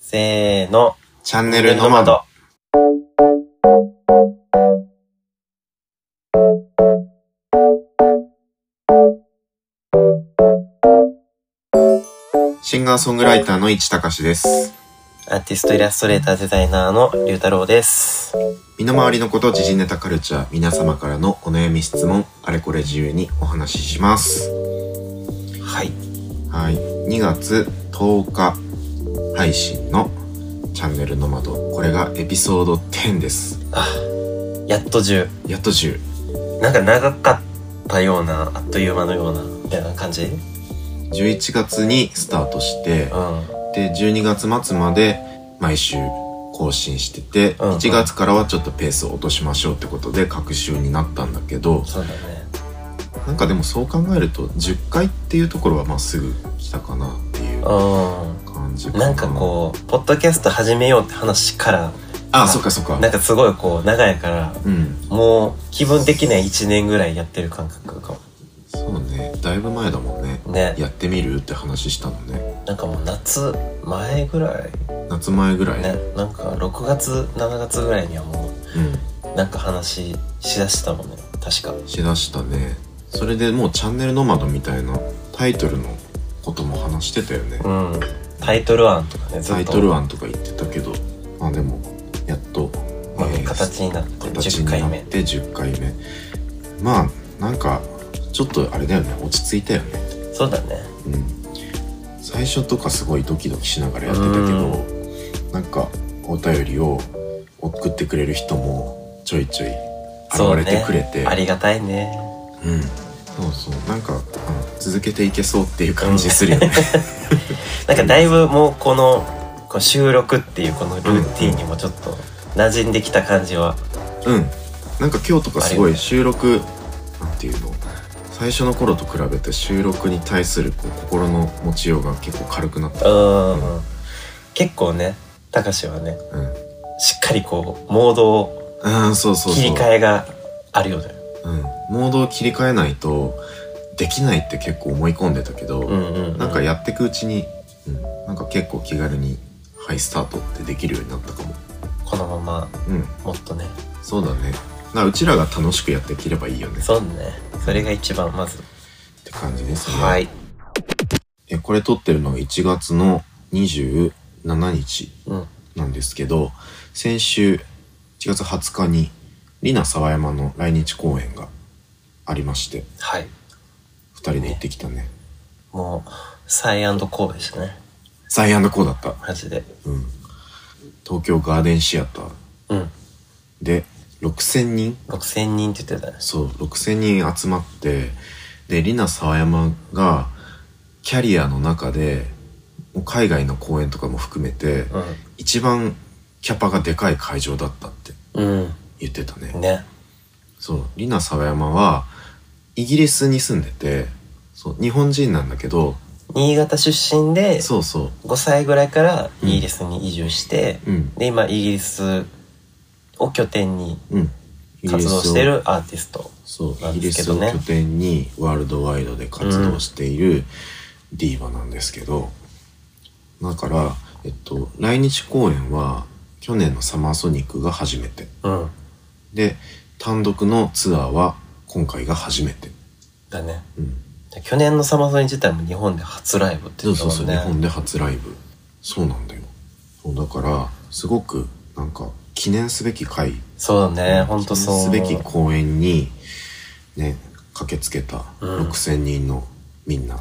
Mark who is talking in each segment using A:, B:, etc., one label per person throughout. A: せーの。
B: チャンネルノマド。。シンガーソングライターの市隆です。
A: アーティストイラストレーターデザイナーの龍太郎です。
B: 身の回りのこと、時事ネタカルチャー、皆様からのお悩み質問、あれこれ自由にお話しします。
A: はい。
B: はい。2月10日配信のチャンネルノマド。これがエピソード10です。
A: あ、やっと10。
B: やっと10。
A: なんか長かったような、あっという間のような、みたいな感じうん。
B: 11月にスタートして、で12月末まで毎週更新してて、
A: うんうん
B: 1月からはちょっとペースを落としましょうってことで各週になったんだけど
A: そうだね。
B: なんかでもそう考えると10回っていうところはまあすぐ来たかなっていう
A: う
B: 感じか
A: ん。
B: な
A: なんかこう、ポッドキャスト始めようって話から、
B: あそっかそっか
A: なんかすごいこう、長いから、
B: うん
A: もう気分的には1年ぐらいやってる感覚か
B: そうねだいぶ前だもんね
A: も。ね。
B: やってみるって話したのね
A: なんかもう夏前ぐらい
B: 夏前ぐらい、
A: ね、なんか6月7月ぐらいにはも
B: う
A: うなんか話しだしたもんね確か
B: んしだしたねそれでもう「チャンネルノマド」みたいなタイトルのことも話してたよね
A: うんタイトル案とかねずっと
B: タイトル案とか言ってたけどまあでもやっと、
A: まあ
B: えー
A: 形になって
B: 形
A: 10
B: に
A: 回
B: なっ
A: 目
B: て10回目まあなんかちょっとあれだよね落ち着いたよね
A: そうだね
B: うん最初とかすごいドキドキしながらやってたけどなんかお便りを送ってくれる人もちょいちょい
A: そうね
B: 現れてくれて
A: ありがたいね
B: うんそうそうなんか、うん続けていけそうっていう感じするよ ね、
A: なんかだいぶもうこのこう収録っていうこのルーティンにもちょっと馴染んできた感じは
B: うん、なんか今日とかすご
A: あれよ
B: い収録なんていうの最初の頃と比べて収録に対するこう心の持ちようが結構軽くなった、
A: うん結構ねたかしはね
B: うん、
A: しっかりこうモードを
B: あーそうそうそう
A: 切り替えがあるよね
B: うん、モードを切り替えないとできないって結構思い込んでたけど、
A: うんうんうん
B: なんかやってくうちに、うん、なんか結構気軽に「ハイスタート」ってできるようになったかも
A: このまま
B: うん
A: もっとね
B: そうだねなうちらが楽しくやっていければいいよね
A: そうねそれが一番まず
B: って感じですね
A: はい
B: えこれ撮ってるのが1月の27日
A: うん
B: なんですけど先週1月20日にリナ沢山の来日公演がありまして
A: はい
B: 2人で行ってきたね
A: もうサイアンドコーでしたね
B: サイアンドコーだった、
A: マジで
B: うん、東京ガーデンシアター
A: うん
B: で6000人
A: 6000人って言ってたね
B: そう6000人集まってでリナ沢山がキャリアの中でもう海外の公演とかも含めて一番キャパがでかい会場だったって
A: うん
B: 言ってたね
A: うんね
B: そうリナ沢山はイギリスに住んでてそう日本人なんだけど
A: 新潟出身で
B: そうそ
A: 5歳ぐらいからイギリスに移住して、
B: ううん
A: で今イギリスを拠点に
B: うんイギリ
A: 活
B: スを
A: 動してるアーティスト
B: そう
A: な
B: イ
A: ん
B: ギ
A: で
B: リ
A: すけ
B: ス
A: ど
B: を
A: ね
B: 拠点にワールドワイドで活動しているディーバなんですけど、だから、えっと、来日公演は去年のサマーソニックが初めて
A: うん
B: で単独のツアーは今回が初めて、
A: だね
B: うん、
A: で去年のサマソニ自体も日本で初ライブって言
B: そう
A: ってた
B: そう
A: も
B: そ
A: んね
B: う、日本で初ライブそうなんだよそうだからすごくなんか記念すべき回、
A: そうだね本当そう思う
B: 記念すべき公演にね駆けつけた
A: うん
B: 6,000人のみんな、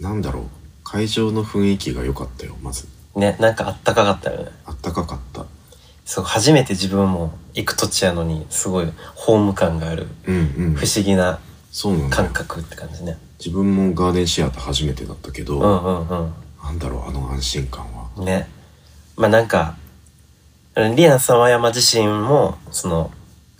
B: なんだろう会場の雰囲気が良かったよまず
A: ねなんかあったかかったよね
B: あったかかった
A: そう初めて自分も行く土地やのにすごいホーム感がある
B: うんうん
A: 不思議な
B: そうなんだよ
A: 感覚って感じね
B: 自分もガーデンシアター初めてだったけど、
A: うんうん
B: なんだろうあの安心感は
A: うんねまあなんかリアン沢山自身もその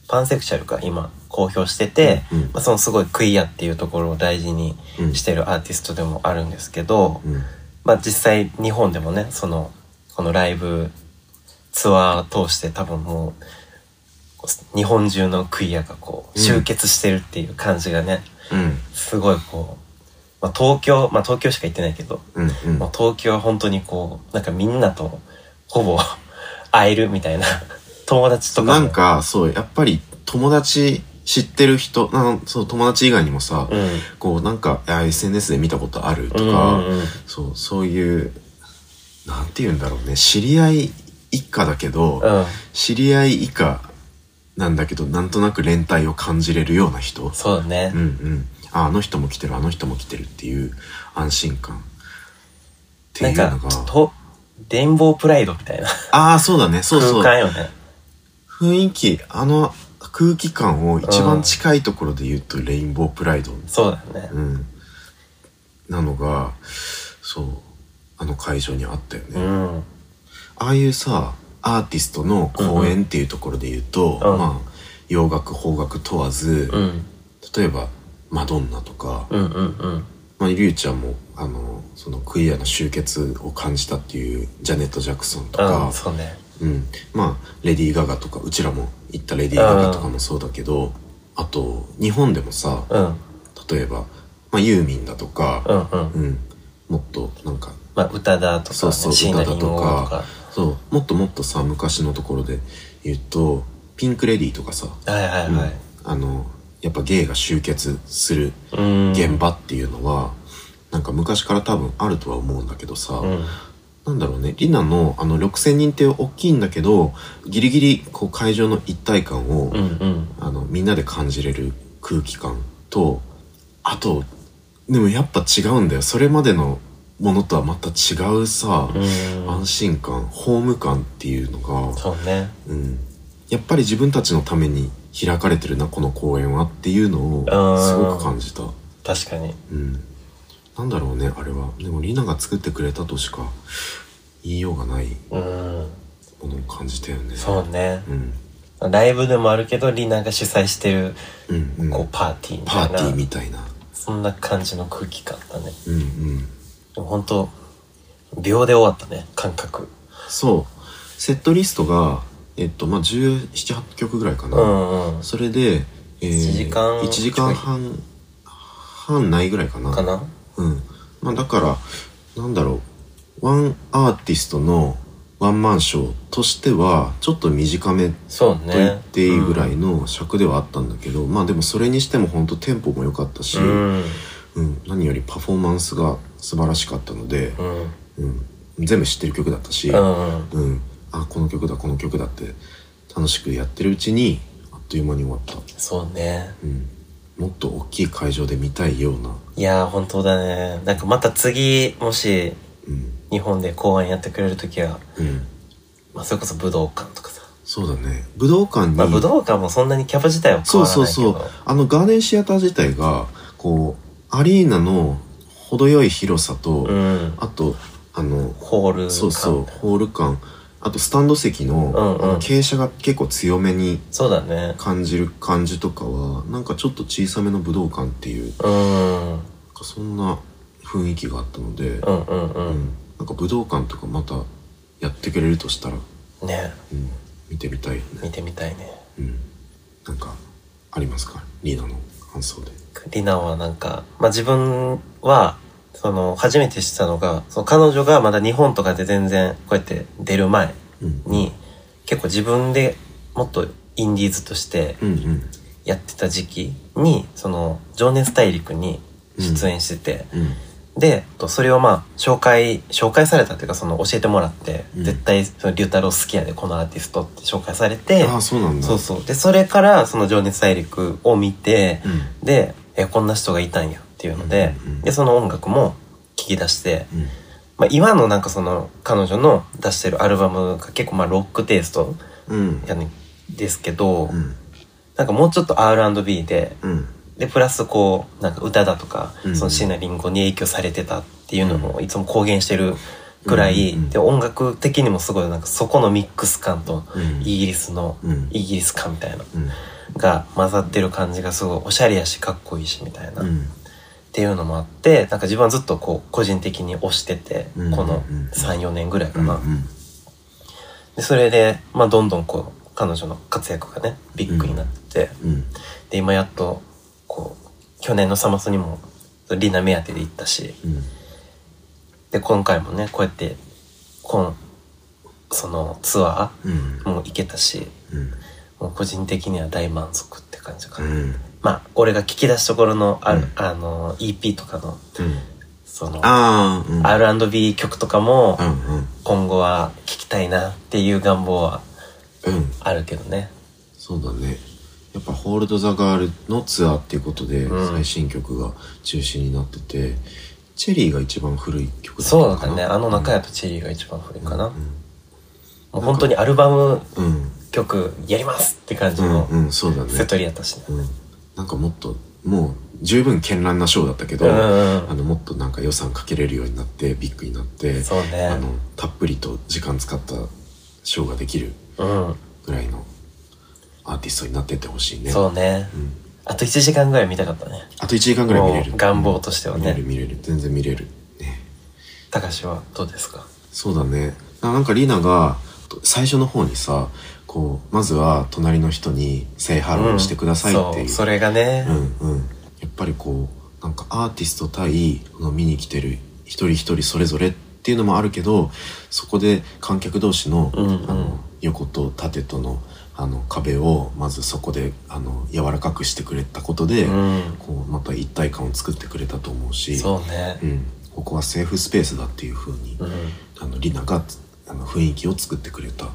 A: パンセクシャルか今公表してて、
B: うん
A: まあ、そのすごいクイアっていうところを大事に
B: うん
A: してるアーティストでもあるんですけど、
B: うん
A: まあ実際日本でもねそのこのライブツアー通して多分もうこう日本中のクイアがこう
B: うん
A: 集結してるっていう感じがね、
B: うん
A: すごいこう、まあ、東京まあ東京しか行ってないけど、
B: うんうん
A: もう東京は本当にこうなんかみんなとほぼ 会えるみたいな 友達とか
B: な
A: も
B: んか、そう、やっぱり友達、知ってる人、なんそう友達以外にもさ、
A: うん
B: こうなんか、あ SNS で見たことあると
A: うん
B: か、
A: うんうん
B: そう、そういう、なんて言うんだろうね、知り合い以下だけど、
A: うん
B: 知り合い以下なんだけど、なんとなく連帯を感じれるような人。
A: そうだね、
B: うんうん。あ、あの人も来てる、あの人も来てるっていう安心感。って
A: ないん
B: うのが
A: か。と電報プライドみたいな
B: ああ、そうだね、そうそう。
A: 空間よね
B: 雰囲気、あの空気感を一番近いところで言うと、レインボープライド。
A: そうだね
B: うん。なのが、そう、あの会場にあったよ
A: う
B: ね。
A: ん
B: ああいうさアーティストの公演っていうところで言うと、
A: うん
B: まあ洋楽邦楽問わず、
A: うん
B: 例えばマドンナとか、
A: うんうんうん
B: まあ、リュウちゃんもあのそのクイアの集結を感じたっていうジャネット・ジャクソンと
A: うん
B: か、
A: そうね
B: うんまあレディー・ガガとかうちらも行ったレディー・ガガとかもそうだけど、あと日本でもさ
A: うん
B: 例えば、まあ、ユーミンだと
A: う
B: か、
A: んうん
B: うんもっとなんか
A: まあ歌だとか
B: そうそう
A: 椎名林檎と
B: 歌だと
A: か
B: そうもっともっとさ昔のところで言うとピンク・レディーとかさ
A: はいはいはい
B: あのやっぱ芸が集結する
A: うん
B: 現場っていうのは、なんか昔から多分あるとは思うんだけどさ、
A: うん
B: なんだろうねリナのあの6,000人って大きいんだけどギリギリこう会場の一体感を、
A: うんうん
B: あのみんなで感じれる空気感とあとでもやっぱ違うんだよそれまでのものとはまた違うさ、
A: うん
B: 安心感ホーム感っていうのが。
A: そうね
B: うん、やっぱり自分たちのために開かれてるなこの公演はっていうの
A: う
B: を
A: ん
B: すごく感じた、
A: 確かに
B: うん、なんだろうねあれはでもリナが作ってくれたとしか言いようがない
A: うん
B: ものを感じたよね
A: そうね
B: うん、
A: ライブでもあるけどリナが主催してる
B: うんうん
A: こうパーティーみたい
B: パーテ
A: な
B: ィーみたいな
A: そんな感じの空気感だね
B: うんうん
A: でも本当秒で終わったね感覚
B: そうセットリストがえっとまあ178曲ぐらいか
A: う
B: な、
A: んうん
B: それで、えー
A: 一時間
B: 一時間半半ないぐらいかな
A: かな
B: うん。まあだから、なんだろう。ワンアーティストのワンマンショーとしては、ちょっと短めと
A: そうね
B: 言っていいぐら
A: い
B: いの尺ではあったんだけど、まあでもそれにしても本当テンポも良かったし、
A: う
B: うん、
A: ん
B: 何よりパフォーマンスが素晴らしかったので、
A: うん
B: うん、全部知ってる曲だったし、
A: うん
B: うん、あ、この曲だ、この曲だって楽しくやってるうちに、あっという間に終わった。
A: そうね
B: うん。もっと大きい会場で見たいような、
A: いやー本当だねなんかまた次もし
B: うん、
A: 日本で公演やってくれる時は、
B: うん。
A: まあ、それこそ武道館とかさ、
B: そうだね武道館に、
A: まあ、武道館もそんなにキャパ自体は変
B: そう
A: わら
B: そ
A: な
B: う
A: いけ
B: そ
A: ど
B: うあのガーデンシアター自体がこうアリーナの程よい広さと、
A: うん
B: あとあの
A: ホール感
B: そうそうホール感あとスタンド席の,、
A: うんうん
B: あの傾斜が結構強めに
A: そうだね
B: 感じる感じとかはなんかちょっと小さめの武道館っていう
A: うんうん
B: なんかそんな雰囲気があったので、
A: うん
B: う
A: うん
B: なんか武道館とかまたやってくれるとしたら、うん
A: ね
B: ん、見てみたいよね。
A: 見てみたいね
B: うん、なんかありますかリーダーの感想で。
A: リナはなんか、まあ、自分はその初めて知ったのがその彼女がまだ日本とかで全然こうやって出る前
B: うん
A: に結構自分でもっとインディーズとして
B: うんうん
A: やってた時期にその「情熱大陸」に出演してて、
B: うん
A: でとそれをまあ紹介紹介されたというかその教えてもらって、
B: うん
A: 絶対その龍太郎好きやでこのアーティストって紹介されて
B: ああそうなんだ
A: そうそうでそれからその「情熱大陸」を見て、
B: うん
A: でえこんな人がいたんやっていうので,、
B: うんうんうん
A: でその音楽も聴き出して、
B: うん
A: まあ、今のなんかその彼女の出してるアルバムが結構まあロックテイスト
B: うん
A: やねんですけど、
B: うん
A: なんかもうちょっと R&B で
B: うん
A: でプラスこうなんか歌だとか、
B: うん
A: その椎名林檎に影響されてたっていうのをいつも公言してるくらい、
B: うんうんうん
A: で音楽的にもすごいなんかそこのミックス感と
B: うん
A: イギリスの、
B: うん
A: イギリス感みたいな
B: うん
A: が混ざってる感じがすごいおしゃれやしかっこいいしみたいな、
B: う
A: っ
B: ん
A: ていうのもあってなんか自分はずっとこう個人的に推してて、
B: うん
A: こ
B: う
A: の
B: んうん
A: 34年ぐらいか
B: うん
A: な。でそれで、まあ、どんどんこう彼女の活躍がねビッグになって。
B: うん
A: で今やっとこう去年のサマソにもリナ目当てで行ったし
B: うん
A: で今回もねこうやって今そのツア
B: うん
A: ーも行けたし、
B: うん
A: もう個人的には大満足って感じか
B: う
A: な。
B: ん
A: まあ、俺が聞き出しところの、あ,、
B: うん
A: あの、EP とかの、
B: うん
A: その、
B: ああうん
A: R&B 曲とかも、
B: うんうん
A: 今後は聞きたいなっていう願望は
B: うん
A: あるけどね。
B: そうだねやっぱ「ホールド・ザ・ガール」のツアーっていうことで
A: うん
B: 最新曲が中心になってて、チェリーが一番古い曲った
A: そう
B: の
A: だ
B: か
A: ね。あの中
B: や
A: 谷とチェリーが一番古いかな。もう
B: か
A: 本当にアルバム
B: うん、うん
A: 曲やりますって感じ
B: うん
A: の
B: うんそうだね
A: セトリやったしね。
B: うん、なんかもっともう十分絢爛なショーだったけど、
A: うんうんうん
B: あのもっとなんか予算かけれるようになってビッグになって、
A: そう
B: あ
A: ね。
B: のたっぷりと時間使ったショーができる
A: うん。
B: ぐらいのアーティストになってってほしいね
A: そうね。
B: うん、
A: あと1時間ぐらい見たかったね。
B: あと1時間ぐらい見れ
A: も
B: る
A: う願望としてはね
B: 見れる見れる全然見れるね
A: 高橋はどうですか
B: そうだねななんかリナが最初の方にさこうまずは隣の人に「セイハローしてください」っていう、
A: そう、それがね
B: う。んうん、やっぱりこうなんかアーティスト対この見に来てる一人一人それぞれっていうのもあるけどそこで観客同士の,、
A: うんうん
B: あの横と縦とのあの壁をまずそこであの柔らかくしてくれたことで、
A: うん。
B: こうまた一体感を作ってくれたと思うし
A: そうね
B: う、。ん、ここはセーフスペースだっていう風に、
A: うん。
B: あのリナがあの雰囲気を作ってくれたっ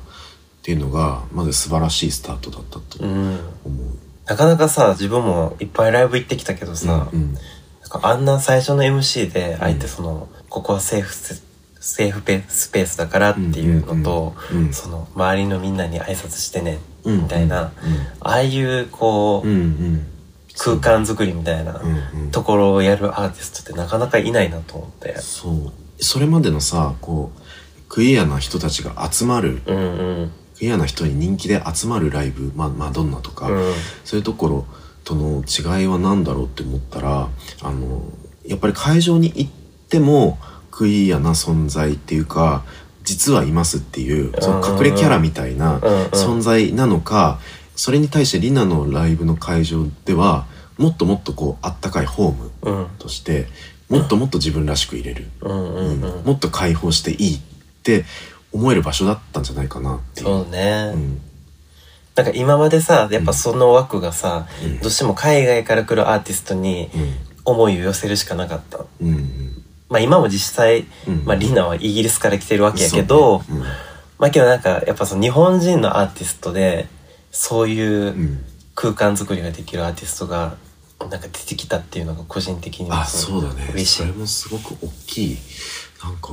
B: ていうのがまず素晴らしいスタートだったと
A: うん。
B: 思う。
A: なかなかさ、自分もいっぱいライブ行ってきたけどさ、
B: うん
A: なんかあんな最初の MC で、あえてその、ここはセーフス、セーフペスペースだからっていうのと、
B: うんうんうん
A: その、周りのみんなに挨拶してね、
B: うん
A: みたいな、ああいう、こう、
B: うんうん
A: 空間作りみたいな
B: うんうん
A: ところをやるアーティストってなかなかいないなと思って。
B: そうそれまでのさこうクイアな人たちが集まる
A: うんうん。
B: クイアな人に人気で集まるライブ、まあ、マドンナとか、
A: うん。
B: そういうところとの違いは何だろうって思ったらあのやっぱり会場に行ってもクイアな存在っていうか実はいますっていうその隠れキャラみたいな
A: うんうん
B: 存在なのかそれに対してリナのライブの会場ではもっともっとこうあったかいホーム
A: うん。
B: としてもっともっと自分らしく入れる、
A: うんう
B: うん
A: うんん。
B: もっと解放していいって思える場所だったんじゃないかなっていう。
A: そうね。
B: うん
A: なんか今までさ、やっぱその枠がさ、
B: うん
A: どうしても海外から来るアーティストに
B: う
A: 思いを寄せるしかなかった。
B: んうん
A: まあ今も実際、
B: うん
A: まあリナはイギリスから来てるわ
B: うん
A: けやけど、
B: そうね
A: まあけどなんかやっぱその日本人のアーティストで、そういううん
B: うん
A: 空間作りができるアーティストがなんか出てきたっていうのが個人的にも
B: あ
A: す
B: そ
A: ごいう
B: だね
A: 嬉し
B: それ
A: い
B: もすごく大きいなんか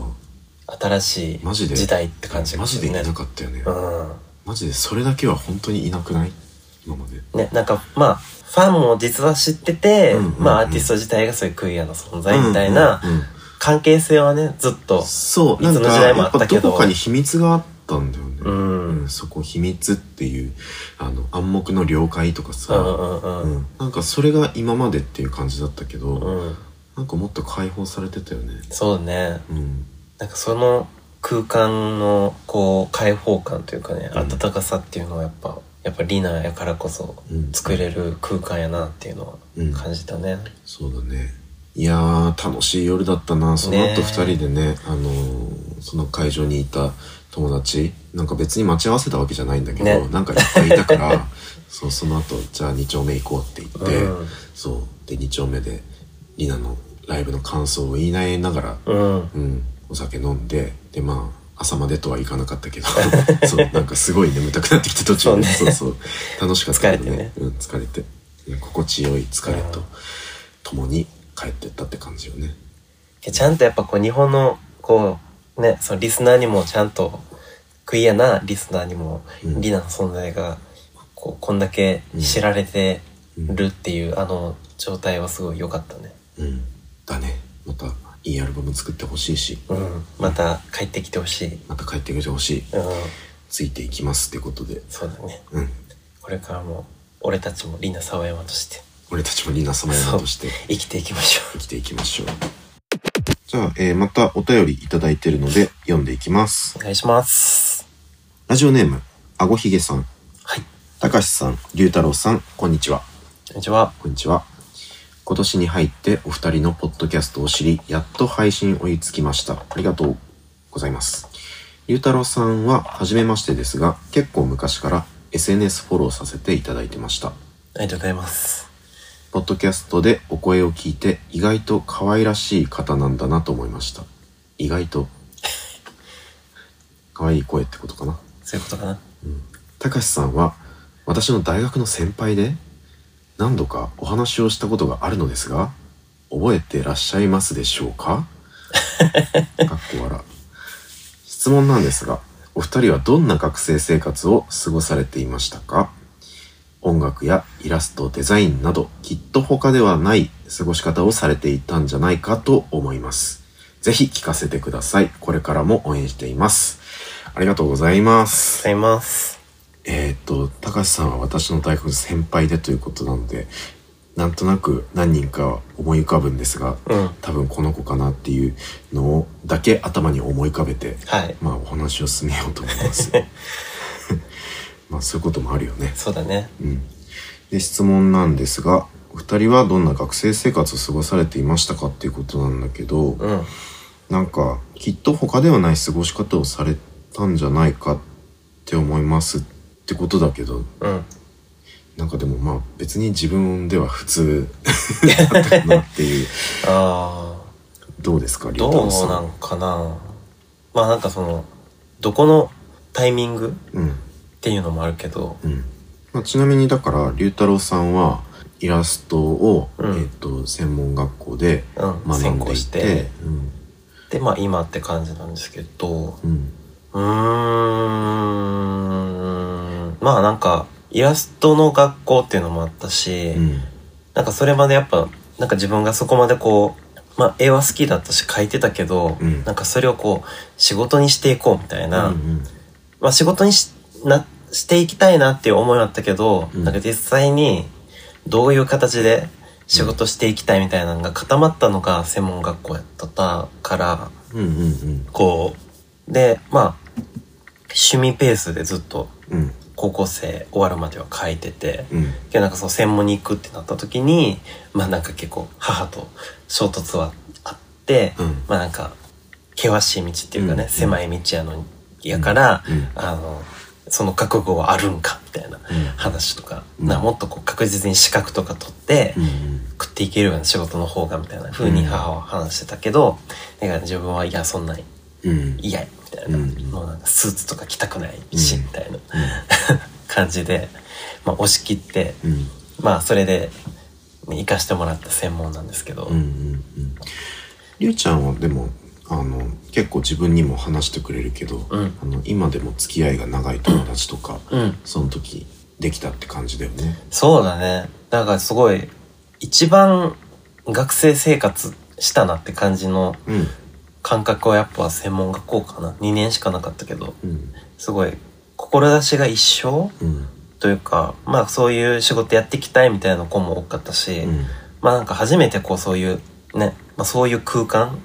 A: 新しい
B: マジで
A: 時代って感じが
B: マジ
A: す
B: で
A: る
B: い
A: ね
B: なかったよね
A: う
B: マジでそれだけは本当にいなくない今まで
A: んねなんかまあファンも実は知ってて、
B: うんうんうん
A: まあアーティスト自体がそういうクイアの存在みたいな
B: うんうんうん
A: 関係性はねずっと
B: そうなん
A: いつの
B: か
A: 時代も
B: や
A: あ
B: っ
A: った
B: ぱ
A: けど
B: どこかに秘密があったんだよね
A: うん
B: うんそこ秘密っていうあの暗黙の了解とか
A: う
B: さ
A: んうんうんうん
B: うんなんかそれが今までっていう感じだったけど、
A: うん
B: なんかもっと解放されてたよね
A: そうだね
B: うん
A: なんかその空間のこう開放感というかね
B: うん
A: 温かさっていうのはやっぱやっぱリナやからこそ
B: うん
A: 作れる空間やなっていうのは
B: うん
A: 感じたね、
B: そうだねいやー楽しい夜だったなその
A: ね
B: 後二人でねあのーその会場にいた友達なんか別に待ち合わせたわけじゃないんだけど、
A: ね
B: なんかいっぱいいたから そうその後じゃあ2丁目行こうって言って、
A: うん
B: そうで2丁目でリナのライブの感想を言い合いながら
A: うん
B: うん、お酒飲んででまあ朝までとはいかなかったけど そうなんかすごい眠たくなってきて途中で
A: そ
B: そうう,、
A: ね
B: そう楽しかったけどね
A: 疲れ
B: うん、疲れてうん心地よい疲れ
A: う
B: と
A: ん
B: 共に帰ってったって感じよね
A: ちゃんとやっぱこう日本のこうねそのリスナーにもちゃんとクイアなリスナーにも
B: うん
A: リナの存在がこうこんだけ知られてるっていうあの状態はすごい良かったね。
B: うんだねまたいいアルバム作ってほしいし
A: うん、また帰ってきてほしい。
B: また帰ってきてほしい
A: うん、
B: ついていきますってことで
A: そうだね。
B: うん
A: これからも俺たちもリナ沢山として
B: 俺たちもリナ様山として
A: 生きていきましょ
B: 生きていきましょうじゃあ、えーまたお便りいただいてるので読んでいきます
A: う。お願いします。
B: ラジオネームあごひげさん
A: はい。
B: たかしさん、りゅうたろうさん、こんにちは。
A: こんにちは。
B: こんにちは。今年に入ってお二人のポッドキャストを知り、やっと配信追いつきました。ありがとうございます。ゆうたろうさんは初めましてですが結構昔から SNS フォローさせていただいてました
A: ありがとうございます。
B: ポッドキャストでお声を聞いて意外と可愛らしい方なんだなと思いました意外と可愛い声ってことかな
A: そういうことかな。
B: たかしさんは私の大学の先輩で何度かお話をしたことがあるのですが覚えてらっしゃいますでしょうかかっこ笑質問なんですがお二人はどんな学生生活を過ごされていましたか音楽やイラストデザインなどきっと他ではない過ごし方をされていたんじゃないかと思いますぜひ聞かせてくださいこれからも応援していますありがとうございます
A: ございます。
B: えーっと高橋さんは私の大学の先輩でということなのでなんとなく何人か思い浮かぶんですが、
A: うん
B: 多分この子かなっていうのだけ頭に思い浮かべて、
A: はい。
B: まあお話を進めようと思いますまあそういうこともあるよね
A: そうだね。
B: うんで質問なんですがお二人はどんな学生生活を過ごされていましたかっていうことなんだけど、
A: うん。
B: なんかきっと他ではない過ごし方をされたんじゃないかって思いますってことだけど
A: うん。
B: なんかでもまあ別に自分では 普通だったかなっていう
A: あ
B: どうですか
A: あ、
B: りょ
A: ど
B: う
A: う
B: たろうさん
A: なんかな。まあなんかその、どこのタイミング
B: うん
A: っていうのもあるけど、
B: うんまあ、ちなみにだからりゅうたろうさんはイラストを、
A: うん
B: えっと専門学校で
A: うん
B: 学ん
A: 専
B: で
A: 攻
B: い
A: しててで、まあ今って感じなんですけど、
B: うん
A: うー
B: うん
A: ん。まあなんか、イラストの学校っていうのもあったし、
B: うん
A: なんかそれまでやっぱ、なんか自分がそこまでこう、まあ絵は好きだったし描いてたけど、
B: うん
A: なんかそれをこう、仕事にしていこうみたいな、
B: うん
A: まあ仕事にし、な、していきたいなっていう思いはあったけど、
B: うん
A: なんか実際にどういう形で仕事していきたいみたいなのが固まったのが専門学校やったから、
B: うんうんうん
A: こう、で、まあ、趣味ペースでずっと
B: うん
A: 高校生終わるまでは書いてて、
B: うん
A: けどなんかその専門に行くってなった時に、まあなんか結構母と衝突はあって、
B: うん
A: まあなんか険しい道っていうかね、
B: うん
A: 狭い道やのに、やから、
B: うん
A: あの、その覚悟はあるんかみたいな話とか、
B: うん
A: なもっとこう確実に資格とか取って、
B: うんうん
A: 食っていけるような仕事の方がみたいな風に母は話してたけど、だから自分はいやそんなん
B: うん
A: 嫌いみたいな、
B: うん
A: もうなんかスーツとか着たくないし、
B: うん
A: みたいな 感じで、まあ、押し切って、
B: うん
A: まあそれで行かしてもらった専門なんですけど、
B: うんうんうんりゅうちゃんはでもあの結構自分にも話してくれるけど、
A: うん
B: あの今でも付き合いが長い友達とか、
A: うん
B: その時できたって感じだよね。
A: そうだねだからすごい一番学生生活したなって感じの
B: うん
A: 感覚はやっぱ専門学校かな2年しかなかったけど
B: うん
A: すごい志が一生
B: うん
A: というかまあそういう仕事やっていきたいみたいな子も多かったし、
B: うん
A: まあなんか初めてこうそういうね、まあ、そういう空間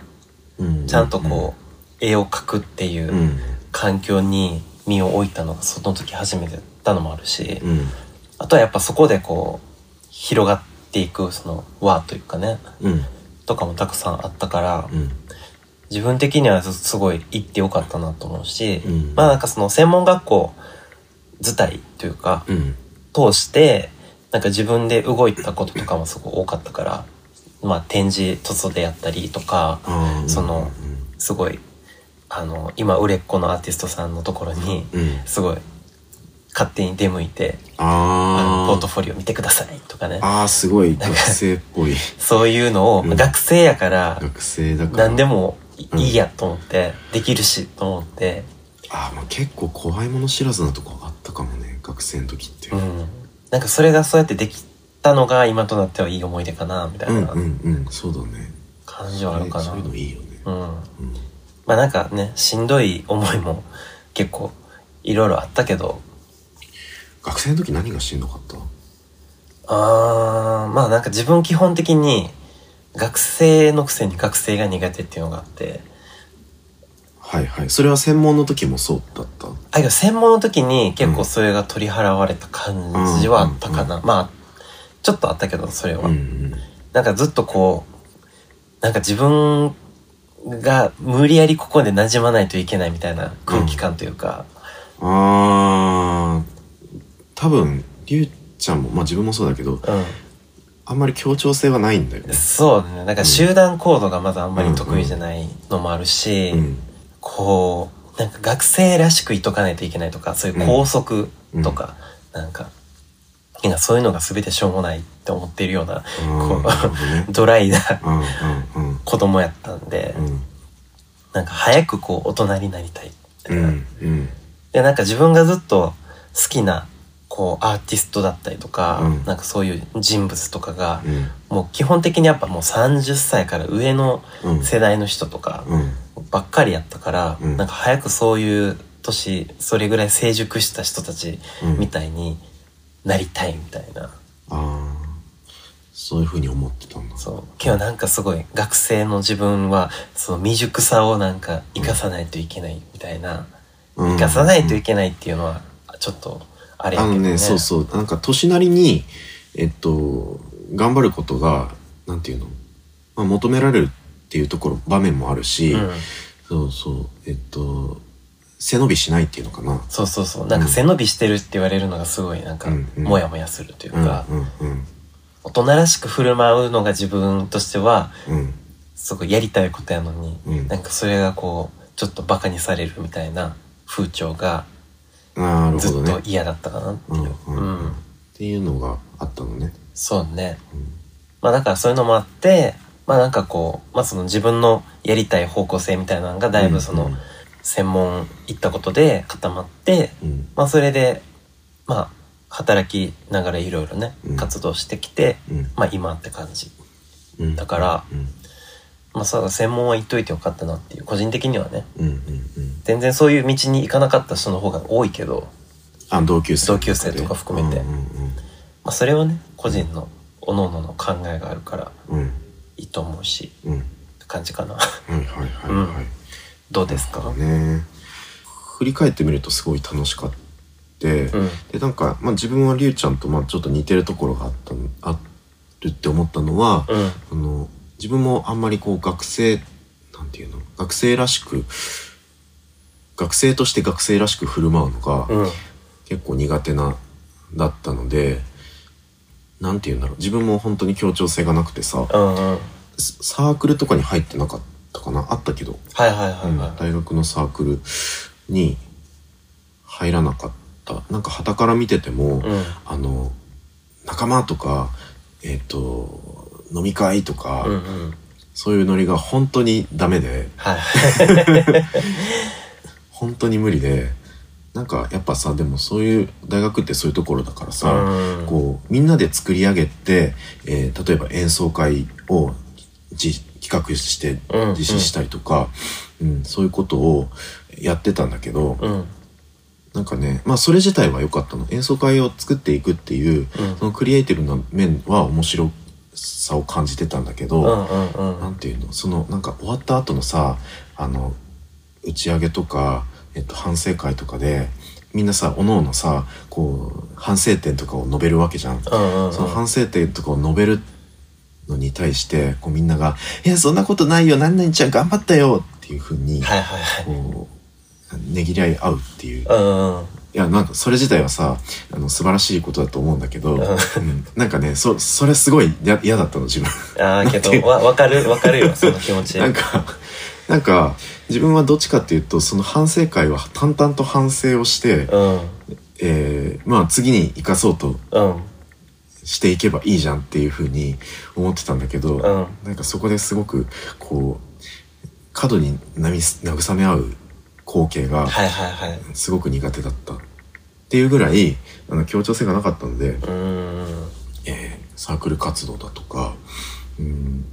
B: うん
A: ちゃんとこう絵を描くっていう、
B: うんうん
A: 環境に身を置いたのがその時初めてだったのもあるし、
B: うん
A: あとはやっぱそこでこう広がっていくその輪というかね
B: うん
A: とかもたくさんあったから、
B: うん
A: 自分的にはずすごい行ってよかったなと思うし、
B: うん
A: まあなんかその専門学校自体というか、
B: うん
A: 通してなんか自分で動いたこととかもすごい多かったから、まあ展示突でやったりとか、
B: あー
A: そのすごいあの今売れっ子のアーティストさんのところに、
B: うんうん
A: すごい勝手に出向いてあの
B: あ
A: ポー
B: ー
A: トフォリオ見てくださいとかね
B: あーすごい学生っぽい
A: そういうのを、
B: うん
A: 学生やから
B: 学生だから
A: 何でも
B: うん
A: いいやと思って、できるしと思って、
B: あーまあ結構怖いもの知らずなとこあったかもね学生の時って。
A: うん、なんかそれがそうやってできたのが今となってはいい思い出かなみた
B: う
A: い
B: ん
A: な
B: うんうんそうだね
A: 感じはあるかな、
B: そうういうんのいいよね、うん
A: まあなんかねしんどい思いも結構いろいろあったけど
B: 学生の時何がしんどかった
A: あーまあなんか自分基本的に学生のくせに学生が苦手っていうのがあって
B: はいはいそれは専門の時もそうだった
A: あ、いや専門の時に結構それが取り払われた感じはあったかな。まあ、ちょっとあったけど、それは。
B: うん
A: なんかずっとこう、なんか自分が無理やりここで馴染まないといけないみたいな空気感というか、
B: あー多分りゅうちゃんもまあ自分もそうだけど
A: うん
B: あんまり協調性はないんだよね
A: そうだねなんか集団行動がまだあんまり得意じゃないのもあるし、
B: うん
A: こうなんか学生らしくいとかないといけないとかそういう校則とか、なんかなんかそういうのが全てしょうもないって思っているような
B: あー
A: こう
B: なるほどね
A: ドライな
B: うんうんうん
A: 子供やったんで、なんか早くこう大人になりたい
B: うんうんうん
A: でなんか自分がずっと好きなこうアーティストだったりとか、
B: うん
A: なんかそういう人物とかが、
B: うん
A: もう基本的にやっぱもう30歳から上の
B: うん
A: 世代の人とか
B: うん
A: ばっかりやったから、
B: うん
A: なんか早くそういう年それぐらい成熟した人たち
B: うん
A: みたいになりたいみたいな、
B: ああそういうふうに思ってたんだ
A: そうけどなんかすごい学生の自分はその未熟さをなんか生かさないといけないみたいな、
B: うん
A: 生かさないといけないっていうのはちょっとあれや
B: あ
A: けど
B: の
A: ね
B: ねそうそうなんか年なりにえっと頑張ることがなんていうの、まあ、求められるっていうところ場面もあるし、
A: うん
B: そうそうえっと背伸びしないっていうのかな
A: そうそうそうなんか背伸びしてるって言われるのがすごいなんか
B: うんうん
A: モヤモヤするという
B: うん
A: か、
B: うん
A: 大人らしく振る舞うのが自分としては
B: うんうん
A: すごいやりたいことやのに、
B: うん
A: なんかそれがこうちょっとバカにされるみたいな風潮が
B: なるほ
A: ず
B: ど
A: っと
B: ね
A: 嫌だったかなって
B: う
A: い
B: ん
A: う、
B: うんうん
A: う
B: っ
A: ん
B: ていうのがあったのね
A: そうね
B: うん
A: まあだからそういうのもあってまあなんかこう、まあ、その自分のやりたい方向性みたいなのがだいぶその専門行ったことで固まって
B: うん
A: まあそれで、まあ働きながらいろいろね
B: うん、
A: 活動してきて、
B: うん
A: まあ今って感じ。
B: うん
A: だから、
B: うん
A: まあそうだ、専門は言っといてよかったなっていう、個人的にはね。
B: うんうんうん
A: 全然そういう道に行かなかった人の方が多いけど、
B: あ同級生
A: 同級生とか含めて
B: うん
A: まあそれはね、個人の、各々の考えがあるから
B: うんうん
A: いいと思うし、
B: うんうん
A: って感じかな。
B: はいはいはい
A: うん
B: はい、
A: どうですか
B: ね振り返ってみるとすごい楽しかった、
A: うん。
B: でなんか、まあ、自分はりゅうちゃんとまあちょっと似てるところがあったのあるって思ったのは、
A: うん。
B: あの自分もあんまりこう学生なんていうの学生らしく学生として学生らしく振る舞うのが
A: うん。
B: 結構苦手なだったのでなんていうんだろう自分も本当に協調性がなくてさ
A: うんうん。
B: ササークルとかに入ってなかったかなあったけど
A: はいはいは
B: う
A: い
B: ん
A: はい。
B: 大学のサークルに入らなかったなんか傍から見てても、
A: うん。
B: あの仲間とか、えっと飲み会とか、
A: うんうん。
B: そういうノリが本当にダメで
A: はい。
B: 本当に無理でなんかやっぱさでもそういう大学ってそういうところだからさ、
A: うん
B: こうみんなで作り上げて、えー例えば演奏会をじ企画して
A: うん
B: 実施したりとか、うんそういうことをやってたんだけど、
A: うん。
B: なんかね、まあそれ自体は良かったの。演奏会を作っていくっていう、
A: うん
B: そのクリエイティブな面は面白さを感じてたんだけ
A: う
B: ど、
A: んうんうん。
B: なんていうの、そのなんか終わった後のさ、あの、打ち上げとか、えっと、反省会とかで、みんなさ、おのおのさ、こう、反省点とかを述べるわけじゃん。
A: うんうんうん。
B: その反省点とかを述べるのに対して、こうみんなが、いや、そんなことないよ、何々ちゃん頑張ったよっていうふうに、
A: はいはいはい。
B: こう、ねぎらい合うっていう。
A: うんうん。
B: いや、なんかそれ自体はさ、あの、素晴らしいことだと思うんだけど、
A: ん
B: うんなんかね、そ、それすごいや嫌だったの、自分。
A: ああ、け
B: なんてい
A: ど、
B: う
A: わ、わかる、わかるよ、その気持ち。
B: なんか、なんか、自分はどっちかっていうと、その反省会は淡々と反省をして、
A: うん。
B: えーまあ次に生かそうと
A: うん。
B: していけばいいじゃんっていうふうに思ってたんだけど、
A: うん。
B: なんかそこですごく、こう、過度になみ慰め合う光景が、
A: はいはいはい。
B: すごく苦手だった。っていうぐらい、あの、協調性がなかったので、
A: うーん。
B: えーサークル活動だとか、うん、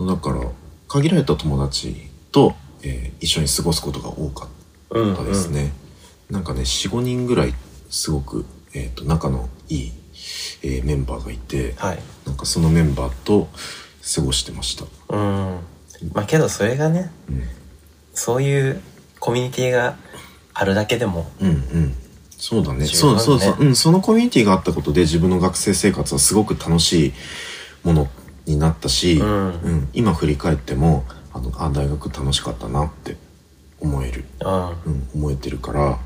B: だから限られた友達と、えー一緒に過ごすことが多か
A: うん、
B: ったですね、なんかね45人ぐらいすごく、えー、と仲のいい、えーメンバーがいて
A: はい。
B: なんかそのメンバーと過ごしてました、
A: うん。まあけどそれがね、
B: うん、
A: そういうコミュニティがあるだけでも、
B: うんうんそうだね
A: 十
B: そ
A: 分
B: う
A: ね
B: そうそう、うん、そのコミュニティがあったことで自分の学生生活はすごく楽しいものになったし、
A: うん
B: 今振り返ってもあのあ大学楽しかったなって思える、
A: うん
B: うん、思えてるから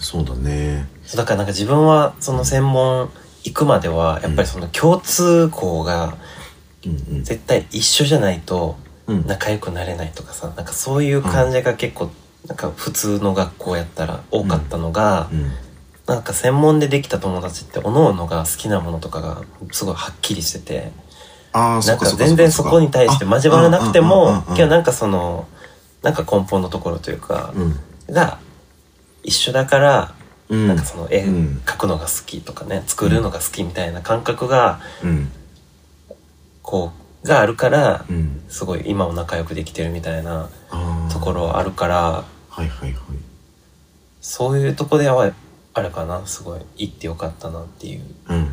B: そうだね
A: そうだからなんか自分はその専門行くまではやっぱりその共通項が
B: うんうん
A: 絶対一緒じゃないと
B: うん
A: 仲良くなれないとかさなんかそういう感じが結構なんか普通の学校やったら多かったのが
B: うん
A: なんか専門でできた友達って各々が好きなものとかがすごいはっきりしてて
B: ああそ
A: な
B: っ
A: ん
B: か
A: か
B: そっか
A: 全然そこに対して交わらなくても今日
B: な
A: なんかそのなんか根本のところというか
B: うん
A: が一緒だから
B: うん
A: なんかその絵
B: うん
A: 描くのが好きとかね作るのが好きみたいな感覚が
B: うん
A: こうがあるから
B: うん
A: すごい今も仲良くできてるみたいな
B: ああ
A: ところあるから
B: はいはいはい
A: そういうとこではあれかなすごい行ってよかったなっていう
B: うん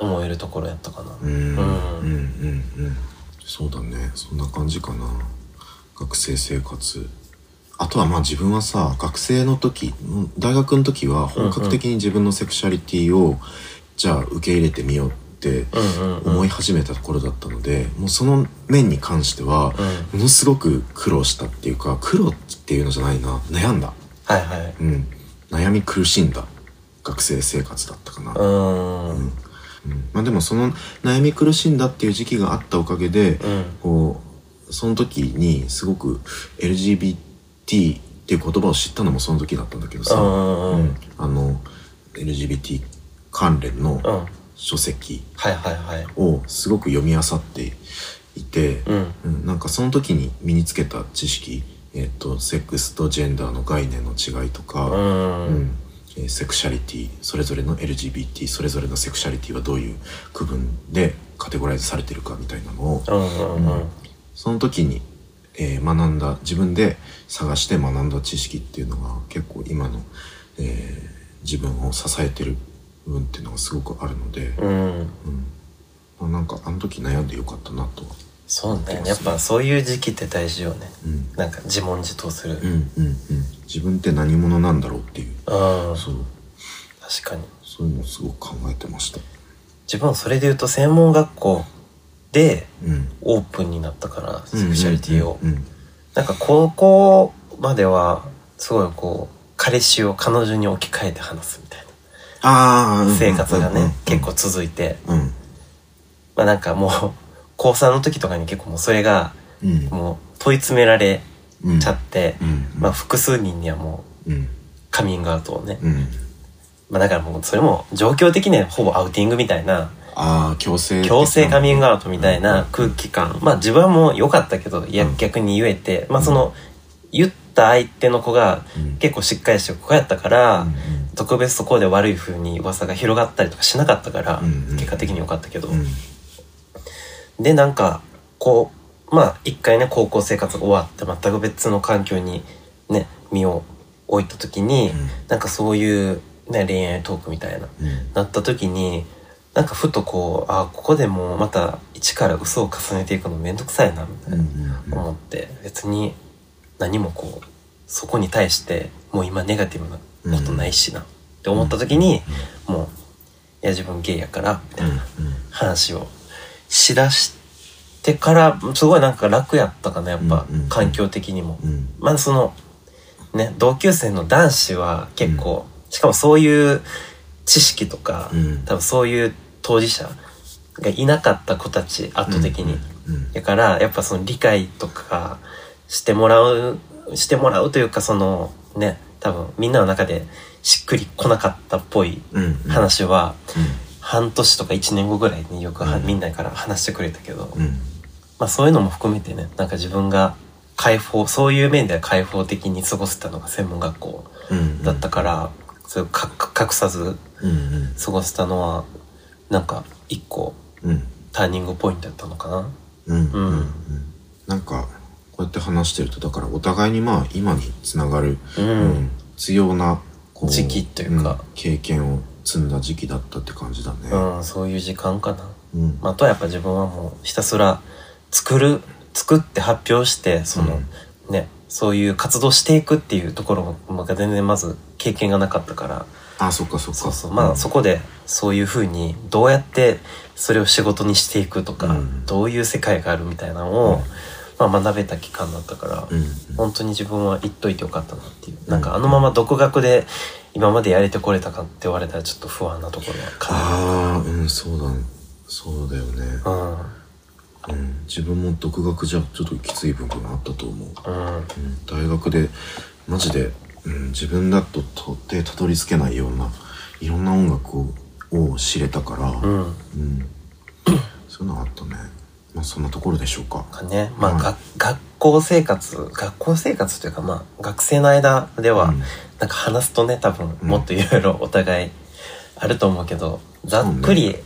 A: 思えるところやったかな。
B: うんうん
A: うん
B: うんうんそうだねそんな感じかな学生生活あとはまあ自分はさ学生の時うん大学の時は本格的に自分のセクシャリティをじゃあ受け入れてみようって
A: うんうんうん
B: 思い始めたところだったのでもうその面に関しては
A: う
B: ものすごく苦労したっていうか苦労っていうのじゃないな悩んだ
A: はいはい。
B: うん悩み苦しんだ学生生活だったかな
A: うーん。
B: うんまあでもその悩み苦しんだっていう時期があったおかげで、
A: うん。
B: こうその時にすごく LGBT っていう言葉を知ったのもその時だったんだけど
A: うん
B: さ、
A: うんう
B: うんん。あの LGBT 関連
A: う
B: の
A: ん。
B: 書籍
A: はいはいはい。
B: をすごく読み漁っていて、
A: うん。
B: うん、なんかその時に身につけた知識、えっとセックスとジェンダーの概念の違いとか、
A: うん。うん。
B: えーセクシャリティそれぞれの LGBT それぞれのセクシャリティはどういう区分でカテゴライズされてるかみたいなのを
A: うんうんうん。
B: その時に、えー学んだ自分で探して学んだ知識っていうのが結構今の、えー自分を支えてる部分っていうのがすごくあるので、
A: うん。
B: まあ、なんかあの時悩んでよかったなとは、
A: そうね。やっぱそういう時期って大事よね。
B: うん、
A: なんか自問自答する。
B: うんうんうん自分って何者なんだろうっていう
A: うん。
B: そう
A: 確かに。
B: そういうのをすごく考えてました
A: 自分はそれで言うと専門学校で
B: うん
A: オープンになったから、セクシャリティを
B: う。んうん
A: なんか高校までは、すごいこう、彼氏を彼女に置き換えて話すみたい
B: ああ
A: な生活がね、結構
B: 構
A: 続いて、
B: うん
A: まあなんかもう、高3の時とかに結構もうそれが、
B: うん
A: もう問い詰められ
B: うん
A: ちゃって、
B: うん
A: まあ複数人にはもう
B: うん
A: カミングアウトをね、
B: うん
A: まあだからもうそれも状況的にはほぼアウティングみたいな、
B: ああ強制的な
A: 強制カミングアウトみたい
B: うん
A: な空気感。まあ自分はもう良かったけど、いや
B: うん
A: 逆に言えて、まあその、言った相手の子が
B: うん
A: 結構しっかりしてる子やったから、
B: うん
A: 特別そこで悪い風に噂が広がったりとかしなかったから、
B: うんうん
A: 結果的に良かったけど、
B: うん
A: でなんかこうまあ一回ね高校生活が終わって全く別の環境にね身を置いた時に、
B: うん
A: なんかそういう、ね、恋愛トークみたいな
B: うん
A: なった時になんかふとこうあここでもうまた一から嘘を重ねていくのめんどくさいなみたい
B: うんう
A: なん
B: うん
A: 思って別に何もこうそこに対してもう今ネガティブなことないしなって思った時にもういや自分ゲイやからみたいな
B: うん
A: 話をしだしてからすごいなんか楽やったかなやっぱ
B: うんうん
A: 環境的にも。
B: うんうん
A: まあそのね同級生の男子は結構しかもそういう知識とか
B: うん
A: 多分そういう当事者がいなかった子たち圧倒的に。
B: うん
A: だからやっぱその理解とかしてもらうしてもらうというかそのね多分みんなの中でしっくりこなかったっぽい
B: うんうん
A: 話は
B: う
A: 半年とか1年後ぐらいによくは、
B: うん
A: みんなから話してくれたけど、
B: んうん
A: まあそういうのも含めてねなんか自分が解放そういう面では解放的に過ごせたのが専門学校
B: うん
A: だったから、それをか隠さず
B: うんうん
A: 過ごせたのはなんか一個
B: うん
A: ターニングポイントだったのかな。
B: うんうん
A: う
B: うんんなんかこうやって話してるとだからお互いにまあ今につながる
A: うん
B: うん必要なこう
A: 時期というか
B: ん経験を積んだ時期だったって感じだね
A: うん、そういう時間かな。
B: うん
A: まあ、あとはやっぱ自分はもうひたすら作る作って発表してその、ねそういう活動していくっていうところもなんか全然まず経験がなかったから
B: あそっかそっか
A: そうそうまあそこでそういうふうにどうやってそれを仕事にしていくとか、
B: うん
A: どういう世界があるみたいなのを、
B: うん
A: まあ、学べた期間だったから、
B: うんうん
A: 本当に自分は言っといてよかったなっていう、
B: ん
A: なんかあのまま独学で今までやれてこれたかって言われたらちょっと不安なところはか
B: ああうんそうだそうだよね、
A: な
B: うん、自分も独学じゃちょっときつい部分があったと思
A: う
B: う、
A: んうん
B: うん、大学でマジで、うん、自分だとと手たどり着けないようないろんな音楽をを知れたから、
A: うん
B: うん、そういうのがあったねまあそんなところでしょうか
A: かねまあ、
B: うん
A: が学校生活学校生活というかまあ学生の間では、
B: うん
A: なんか話すとね多分
B: うん
A: もっといろいろお互いあると思うけど、ざっくり、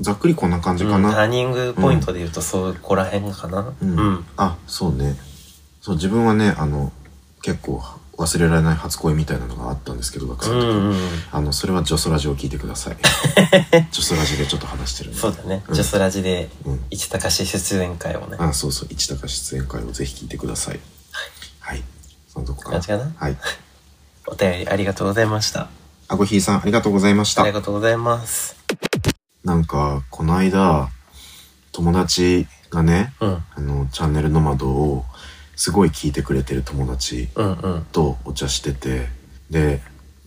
B: ざっくりこんな感じ
A: うん
B: か
A: ター
B: な、
A: ニングポイントで言うとそこら辺かなうん、
B: あそうねそう自分はねあの結構忘れられない初恋みたいなのがあったんですけど学生
A: う
B: の時、
A: んうん
B: あのそれはジョソラジを聞いてく ださいジョソラジでちょっと話してるんで
A: そうだね、
B: うん
A: ジャスラジで
B: うん
A: 市高市出演会をね
B: あそうそう市高出演会をぜひ聞いてくださいはいそのとこかな
A: 感じかな
B: はい
A: お便りありがとうございました
B: あごひいさんありがとうございまし
A: あ
B: た
A: りがとうございます
B: なんかこの間友達がね
A: うん
B: あのチャンネルの窓をすごい聞いてくれてる友達
A: うんうん
B: とお茶しててで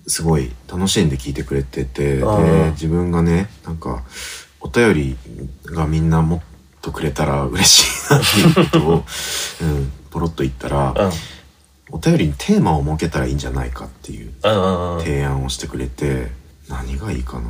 B: すごい楽しんで聞いてくれててで
A: あー
B: 自分がねなんかお便りがみんなもっとくれたら 嬉しいなってい うことを、うん、ポロッと言ったら
A: うん
B: お便りにテーマを設けたらいいんじゃないかっていう
A: うんうんうん
B: 提案をしてくれて何がいいかな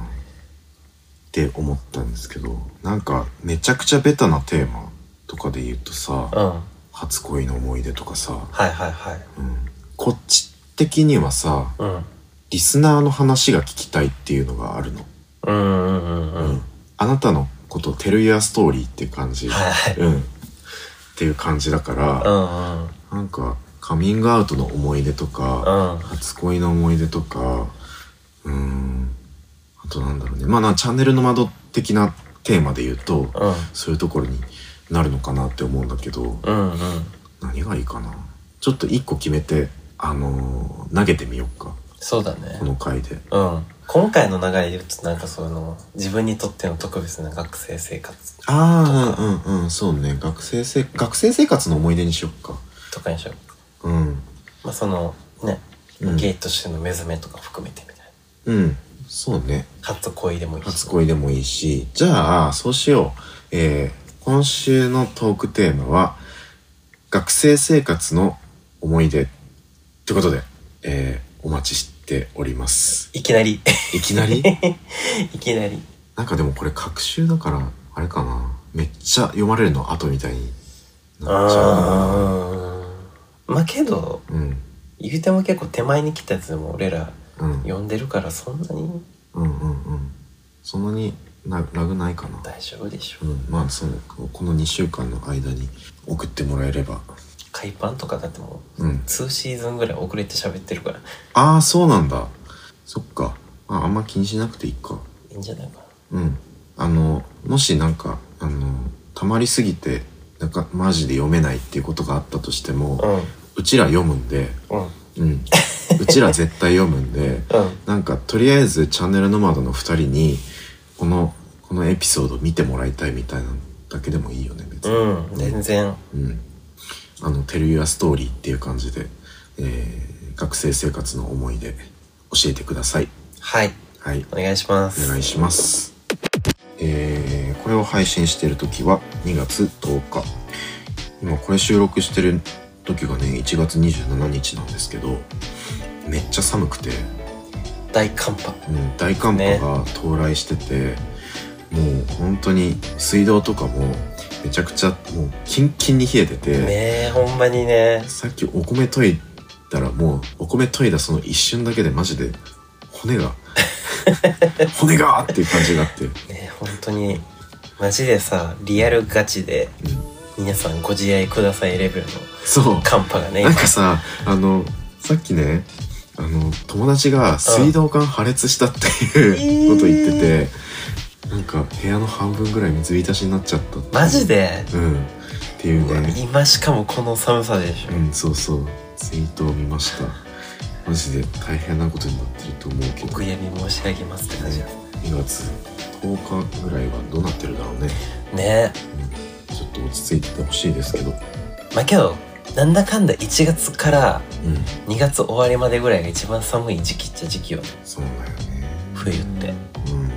B: って思ったんですけどなんかめちゃくちゃベタなテーマとかで言うとさ
A: うんは
B: 初恋の思い出とかさ、
A: いはいはい
B: うん、こっち的にはさ
A: うん
B: リスナーの話が聞きたいっていうのがあるの、
A: うんうんうんうん
B: うんあなたのことをテルイヤーストーリーっていう感じ、
A: はいはい
B: うん、っていう感じだから、
A: うんうん
B: なんかカミングアウトの思い出とか、
A: うん
B: 初恋の思い出とかうーんあとなんだろうねまあなチャンネルの窓的なテーマで言うと
A: うん
B: そういうところになるのかなって思うんだけど
A: うんうん
B: 何がいいかなちょっと一個決めてあのー投げてみようか
A: そうだね
B: この回で
A: うん今回の流れで言うとなんかその自分にとっての特別な学生生活
B: ああうんうんそうね学生せ学生生活の思い出にしよっか
A: とかにしよう
B: うん
A: まあそのね、
B: うん
A: ゲイとしての目覚めとか含めてみたいな
B: うんそうね
A: 初恋でもいいし
B: 初恋でもいいし、じゃあ、そうしよう。えー今週のトークテーマは、学生生活の思い出ってことで、えーお待ちしております。
A: いきなり
B: いきなり
A: いきなり
B: なんかでもこれ、隔週だから、あれかな。めっちゃ読まれるの後みたいになっちゃうな。
A: うんまあけど
B: うん。
A: 言うても結構手前に来たやつでも俺ら
B: うん。
A: 呼んでるからそんなに
B: うんうんうん。そんなになラグないかな。
A: 大丈夫でしょ
B: うん。まあ、その、この2週間の間に送ってもらえれば。
A: 海パンとかだってもう
B: うん。
A: 2シーズンぐらい遅れて喋ってるから
B: ああそうなんだそっかああんま気にしなくていいか
A: いいんじゃないか
B: うんあのもしなんかあのたまりすぎてなんかマジで読めないっていうことがあったとしても、
A: な
B: う
A: うん
B: ちら読むんで
A: うん
B: うんうちら絶対読むんで
A: うん
B: なんかとりあえずチャンネルノマドの2人にこのこのエピソード見てもらいたいみたいなのだけでもいいよね別に
A: うん、全然
B: うん、あの「テルユアストーリー」っていう感じで、えー学生生活の思い出教えてください
A: はい
B: はい
A: お願いしま
B: お
A: す
B: 願いしますえーこれを配信してる時は2月10日今これ収録してる時がね1月27日なんですけどめっちゃ寒くて、
A: 大寒波
B: うん、大寒波が到来してて、もう本当に水道とかもめちゃくちゃもうキンキンに冷えてて、
A: ねえほんまにね
B: さっきお米研いだらもうお米研いだその一瞬だけでマジで 骨が骨がっていう感じがあって、うん、
A: ね本当にマジでさリアルガチで皆さんご自愛くださいレベルの
B: そう
A: 寒波がね
B: なんかさあのさっきねあの友達が水道管破裂したっていう
A: うん
B: ことを言ってて、なんか部屋の半分ぐらい水浸しになっちゃったって
A: マジで
B: うんっていうね
A: 今しかもこの寒さでしょ
B: うんそうそうツイートを見ましたマジで大変なことになってると思うけ
A: お
B: ど
A: 悔やみ申し上げますって感じです
B: 2月10日ぐらいはどうなってるだろうね、
A: ね
B: ちょっと落ち着いててほしいですけど
A: まあけどなんだかんだ1月から
B: うん
A: 2月終わりまでぐらいが一番寒い時期っちゃ時期よね
B: そうだよね
A: 冬って
B: うん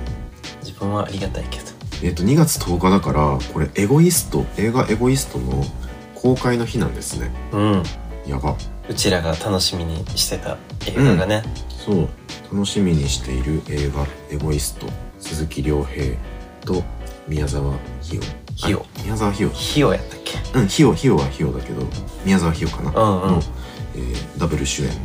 A: 自分はありがたいけど
B: えっと2月10日だからこれエゴイスト映画「エゴイスト」の公開の日なんですね
A: うん
B: やば
A: うちらが楽しみにしてた映画がね、
B: そう楽しみにしている映画「エゴイスト」鈴木亮平と宮沢ひよ
A: ひよ
B: あ宮沢ひよ
A: 費用やったっけ
B: うんひよひよはひよだけど宮沢ひよかな
A: うんうん
B: の、えーダブル主演だ、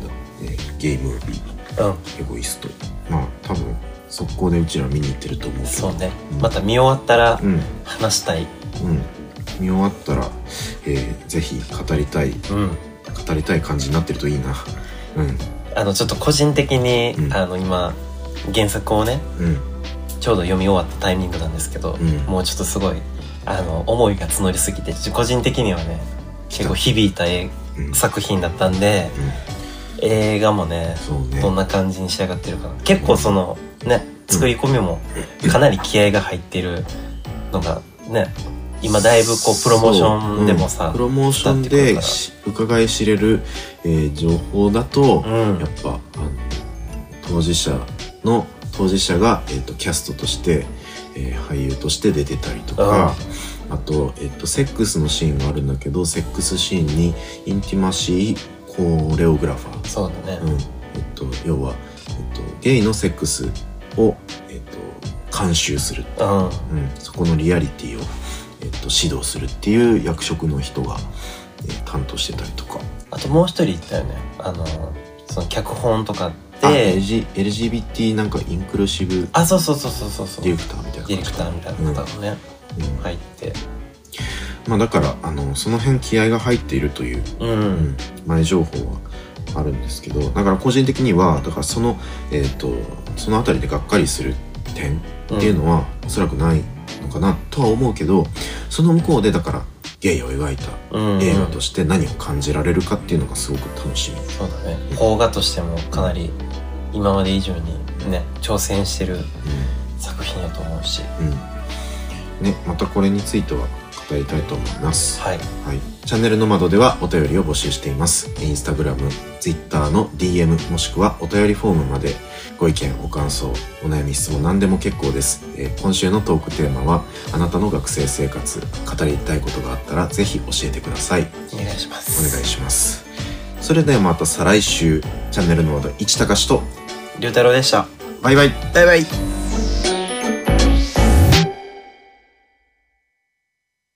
B: えーゲームービー
A: う
B: エゴイストまあ多分速攻でうちら見に行ってると思うけ
A: ん
B: ど
A: そうね
B: うん
A: また見終わったら
B: うん
A: 話したい
B: うん見終わったら、えーぜひ語りたい
A: うん
B: 語りたい感じになってるといいなうん
A: あのちょっと個人的に、
B: うん
A: あの今原作をね
B: うん
A: ちょうど読み終わったタイミングなんですけど、
B: うん
A: もうちょっとすごいあの思いが募りすぎて個人的にはね結構響いた絵
B: うん
A: 作品だったんで映画もね
B: そうね
A: どんな感じに仕上がってるかな結構そのね作り込みもかなり気合が入ってるのがね今だいぶこうプロモーションでも
B: そうう
A: さ
B: んプロモーショ
A: 伝わ
B: ン
A: ってくる
B: で
A: から
B: し伺い知れる、えー情報だと、
A: うん
B: やっぱあの当事者の当事者が、えー、とキャストとして、えー俳優として出てたりとか、あと,、えー、とセックスのシーンがあるんだけどセックスシーンにインティマシーコレオグラファー
A: そうだ
B: う
A: ね
B: んえっと、要は、えっと、ゲイのセックスを、えっと、監修する、
A: うん
B: うん、そこのリアリティを、えっと、指導するっていう役職の人が、えー担当してたりとか
A: あともう一人いたよねあのその脚本とか
B: あ
A: で
B: LG LGBT なんかインクルーシブ
A: あそうそうそうそうそうそう
B: ディ
A: デ
B: レクターみたいな感じ
A: ィレクターみたいな方もね
B: うん
A: 入って
B: まあ、だからあのその辺気合が入っているという、
A: う
B: うんん、前情報はあるんですけどだから個人的にはだからその、えっとその辺りでがっかりする点っていうのはおそらくないのかなとは思うけどその向こうでだからゲイを描いた
A: うん
B: 映画として何を感じられるかっていうのがすごく楽しみ、
A: そうだね邦画としてもかなり今まで以上にね挑戦してる作品やと思うし
B: うんね、またこれについては語りたいと思います、
A: はい
B: はい、チャンネルの窓ではお便りを募集していますインスタグラム、ツイッターの DM もしくはお便りフォームまでご意見ご感想お悩み質問何でも結構です、えー今週のトークテーマはあなたの学生生活語りたいことがあったらぜひ教えてください
A: お願いしま
B: お願い
A: す
B: しますそれではまた再来週チャンネルの窓一高しと
A: 龍太郎でした
B: バイバイ
A: バイバイ